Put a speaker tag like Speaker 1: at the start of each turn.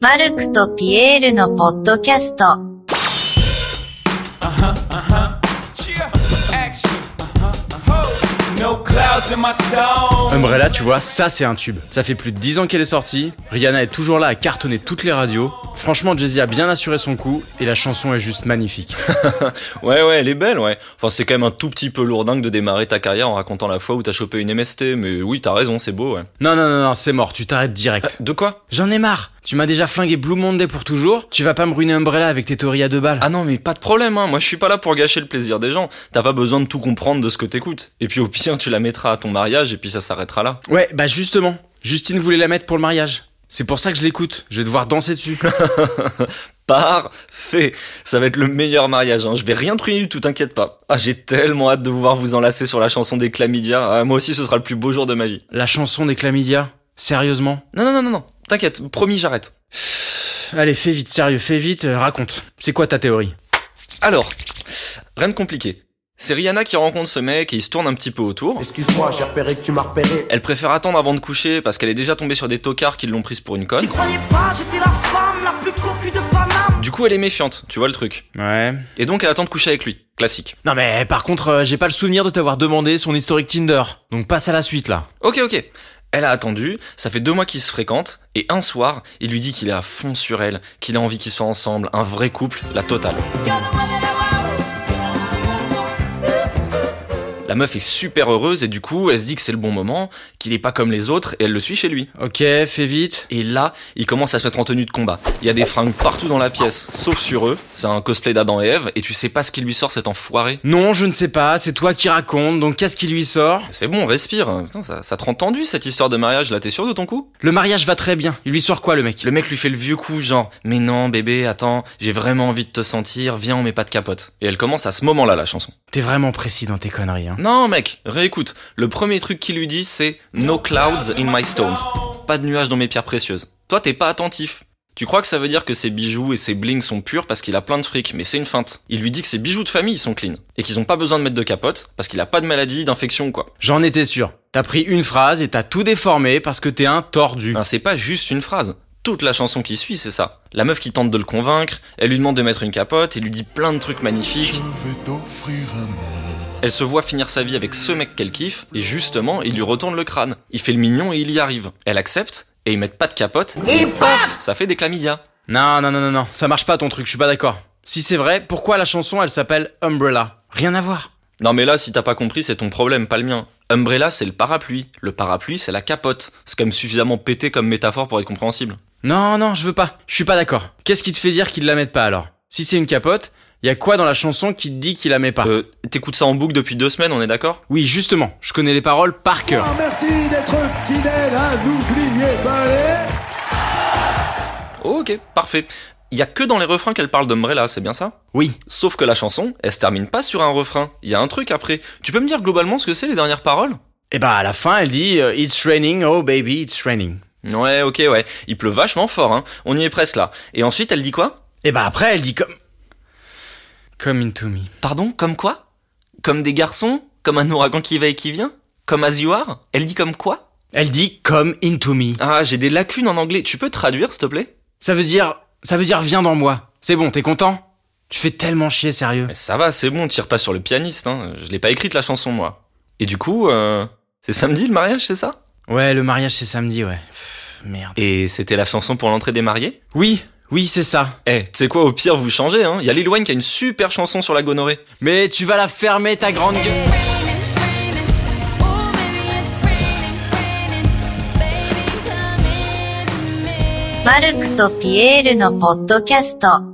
Speaker 1: マルクとピエールのポッドキャスト。
Speaker 2: Cheer, action, ho. No clouds in my stone.
Speaker 3: Umbrella, tu vois, ça c'est un tube. Ça fait plus de 10 ans qu'elle est sortie. Rihanna est toujours là à cartonner toutes les radios. Franchement, Jay-Z a bien assuré son coup et la chanson est juste magnifique.
Speaker 4: Ouais, ouais, elle est belle, ouais. Enfin, c'est quand même un tout petit peu lourdingue de démarrer ta carrière en racontant la fois où t'as chopé une MST, mais oui, t'as raison, c'est beau, ouais.
Speaker 3: Non, non, non, non, c'est mort, tu t'arrêtes direct.
Speaker 4: De quoi
Speaker 3: J'en ai marre. Tu m'as déjà flingué Blue Monday pour toujours. Tu vas pas me ruiner Umbrella avec tes théories à deux balles.
Speaker 4: Ah non, mais pas de problème, hein. Moi, je suis pas là pour gâcher le plaisir des gens. T'as pas besoin de tout comprendre de ce que t'écoutes. Et puis, au pire, tu la mettras à ton mariage et puis ça s'arrêtera là.
Speaker 3: Ouais, bah justement, Justine voulait la mettre pour le mariage. C'est pour ça que je l'écoute. Je vais devoir danser dessus.
Speaker 4: Parfait. Ça va être le meilleur mariage, hein. Je vais rien truyer du tout, t'inquiète pas. Ah, j'ai tellement hâte de pouvoir vous enlacer sur la chanson des chlamydia. Ah, moi aussi, ce sera le plus beau jour de ma vie.
Speaker 3: la chanson des chlamydia Sérieusement
Speaker 4: Non, non, non, non, non. T'inquiète, promis, j'arrête.
Speaker 3: Allez, fais vite, sérieux, fais vite, euh, raconte. C'est quoi ta théorie
Speaker 4: Alors, rien de compliqué. C'est Rihanna qui rencontre ce mec et il se tourne un petit peu autour.
Speaker 5: Excuse-moi, j'ai repéré que tu m'as repéré.
Speaker 4: Elle préfère attendre avant de coucher parce qu'elle est déjà tombée sur des tocards qui l'ont prise pour une conne.
Speaker 6: J'y croyais pas, j'étais la femme la plus cocue de Paname.
Speaker 4: Du coup, elle est méfiante, tu vois le truc.
Speaker 3: Ouais.
Speaker 4: Et donc, elle attend de coucher avec lui. Classique.
Speaker 3: Non mais par contre, euh, j'ai pas le souvenir de t'avoir demandé son historique Tinder. Donc passe à la suite là.
Speaker 4: Ok, ok. Elle a attendu, ça fait deux mois qu'ils se fréquentent, et un soir, il lui dit qu'il est à fond sur elle, qu'il a envie qu'ils soient ensemble, un vrai couple, la totale. La meuf est super heureuse et du coup, elle se dit que c'est le bon moment, qu'il est pas comme les autres, et elle le suit chez lui.
Speaker 3: Ok, fais vite.
Speaker 4: Et là, ils commencent à se mettre en tenue de combat. Il y a des fringues partout dans la pièce, sauf sur eux. C'est un cosplay d'Adam et Ève, et tu sais pas ce qui lui sort cet enfoiré.
Speaker 3: Non, je ne sais pas, c'est toi qui raconte, donc qu'est-ce qui lui sort
Speaker 4: C'est bon, respire. Putain, ça, ça te rend tendu cette histoire de mariage là, t'es sûr de ton coup
Speaker 3: Le mariage va très bien, il lui sort quoi le mec
Speaker 4: Le mec lui fait le vieux coup, genre, mais non bébé, attends, j'ai vraiment envie de te sentir, viens on met pas de capote. Et elle commence à ce moment-là la chanson.
Speaker 3: T'es vraiment précis dans tes conneries, hein.
Speaker 4: Non mec, réécoute, le premier truc qu'il lui dit c'est No clouds in my stones. Pas de nuages dans mes pierres précieuses. Toi t'es pas attentif. Tu crois que ça veut dire que ses bijoux et ses blings sont purs parce qu'il a plein de fric, mais c'est une feinte. Il lui dit que ses bijoux de famille sont clean, et qu'ils ont pas besoin de mettre de capote, parce qu'il a pas de maladie, d'infection ou quoi.
Speaker 3: J'en étais sûr. T'as pris une phrase et t'as tout déformé parce que t'es un tordu.
Speaker 4: Ben, c'est pas juste une phrase. Toute la chanson qui suit, c'est ça. La meuf qui tente de le convaincre, elle lui demande de mettre une capote, et lui dit plein de trucs magnifiques. Elle se voit finir sa vie avec ce mec qu'elle kiffe, et justement, il lui retourne le crâne. Il fait le mignon et il y arrive. Elle accepte, et ils mettent pas de capote, et paf Ça fait des chlamydia.
Speaker 3: Non, non, non, non, non, ça marche pas ton truc, je suis pas d'accord. Si c'est vrai, pourquoi la chanson elle s'appelle Umbrella Rien à voir.
Speaker 4: Non mais là, si t'as pas compris, c'est ton problème, pas le mien. Umbrella, c'est le parapluie. Le parapluie, c'est la capote. C'est quand même suffisamment pété comme métaphore pour être compréhensible.
Speaker 3: Non, non, je veux pas. Je suis pas d'accord. Qu'est-ce qui te fait dire qu'ils la mettent pas alors Si c'est une capote, y a quoi dans la chanson qui te dit qu'il la met pas
Speaker 4: Euh, t'écoutes ça en boucle depuis deux semaines, on est d'accord
Speaker 3: Oui, justement, je connais les paroles par cœur.
Speaker 7: Merci d'être fidèle à n'oubliez pas les...
Speaker 4: Ok, parfait. Il y a que dans les refrains qu'elle parle d'Umbrella, c'est bien ça
Speaker 3: Oui,
Speaker 4: Sauf que la chanson, elle se termine pas sur un refrain. Il y a un truc après. Tu peux me dire globalement ce que c'est les dernières paroles
Speaker 3: Et bah à la fin, elle dit euh, It's raining, oh baby, it's raining.
Speaker 4: Ouais, ok, ouais. Il pleut vachement fort, hein. On y est presque là. Et ensuite, elle dit quoi
Speaker 3: Et bah après, elle dit comme Come into me.
Speaker 4: Pardon, comme quoi Comme des garçons Comme un ouragan qui va et qui vient Comme as you are Elle dit comme quoi
Speaker 3: Elle dit Come into me.
Speaker 4: Ah, j'ai des lacunes en anglais. Tu peux traduire, s'il te plaît
Speaker 3: Ça veut dire ça veut dire viens dans moi. C'est bon, t'es content Tu fais tellement chier, sérieux.
Speaker 4: Mais ça va, c'est bon, tire pas sur le pianiste, hein. Je l'ai pas écrite, la chanson, moi. Et du coup, euh, c'est samedi le mariage, c'est ça
Speaker 3: Ouais, le mariage c'est samedi, ouais. Pff, merde.
Speaker 4: Et c'était la chanson pour l'entrée des mariés
Speaker 3: Oui, oui, c'est ça.
Speaker 4: Eh, tu sais quoi, au pire, vous changez, hein. Il y a Lil Wayne qui a une super chanson sur la gonorrhée.
Speaker 3: Mais tu vas la fermer ta grande gueule.
Speaker 1: マルクとピエールのポッドキャスト。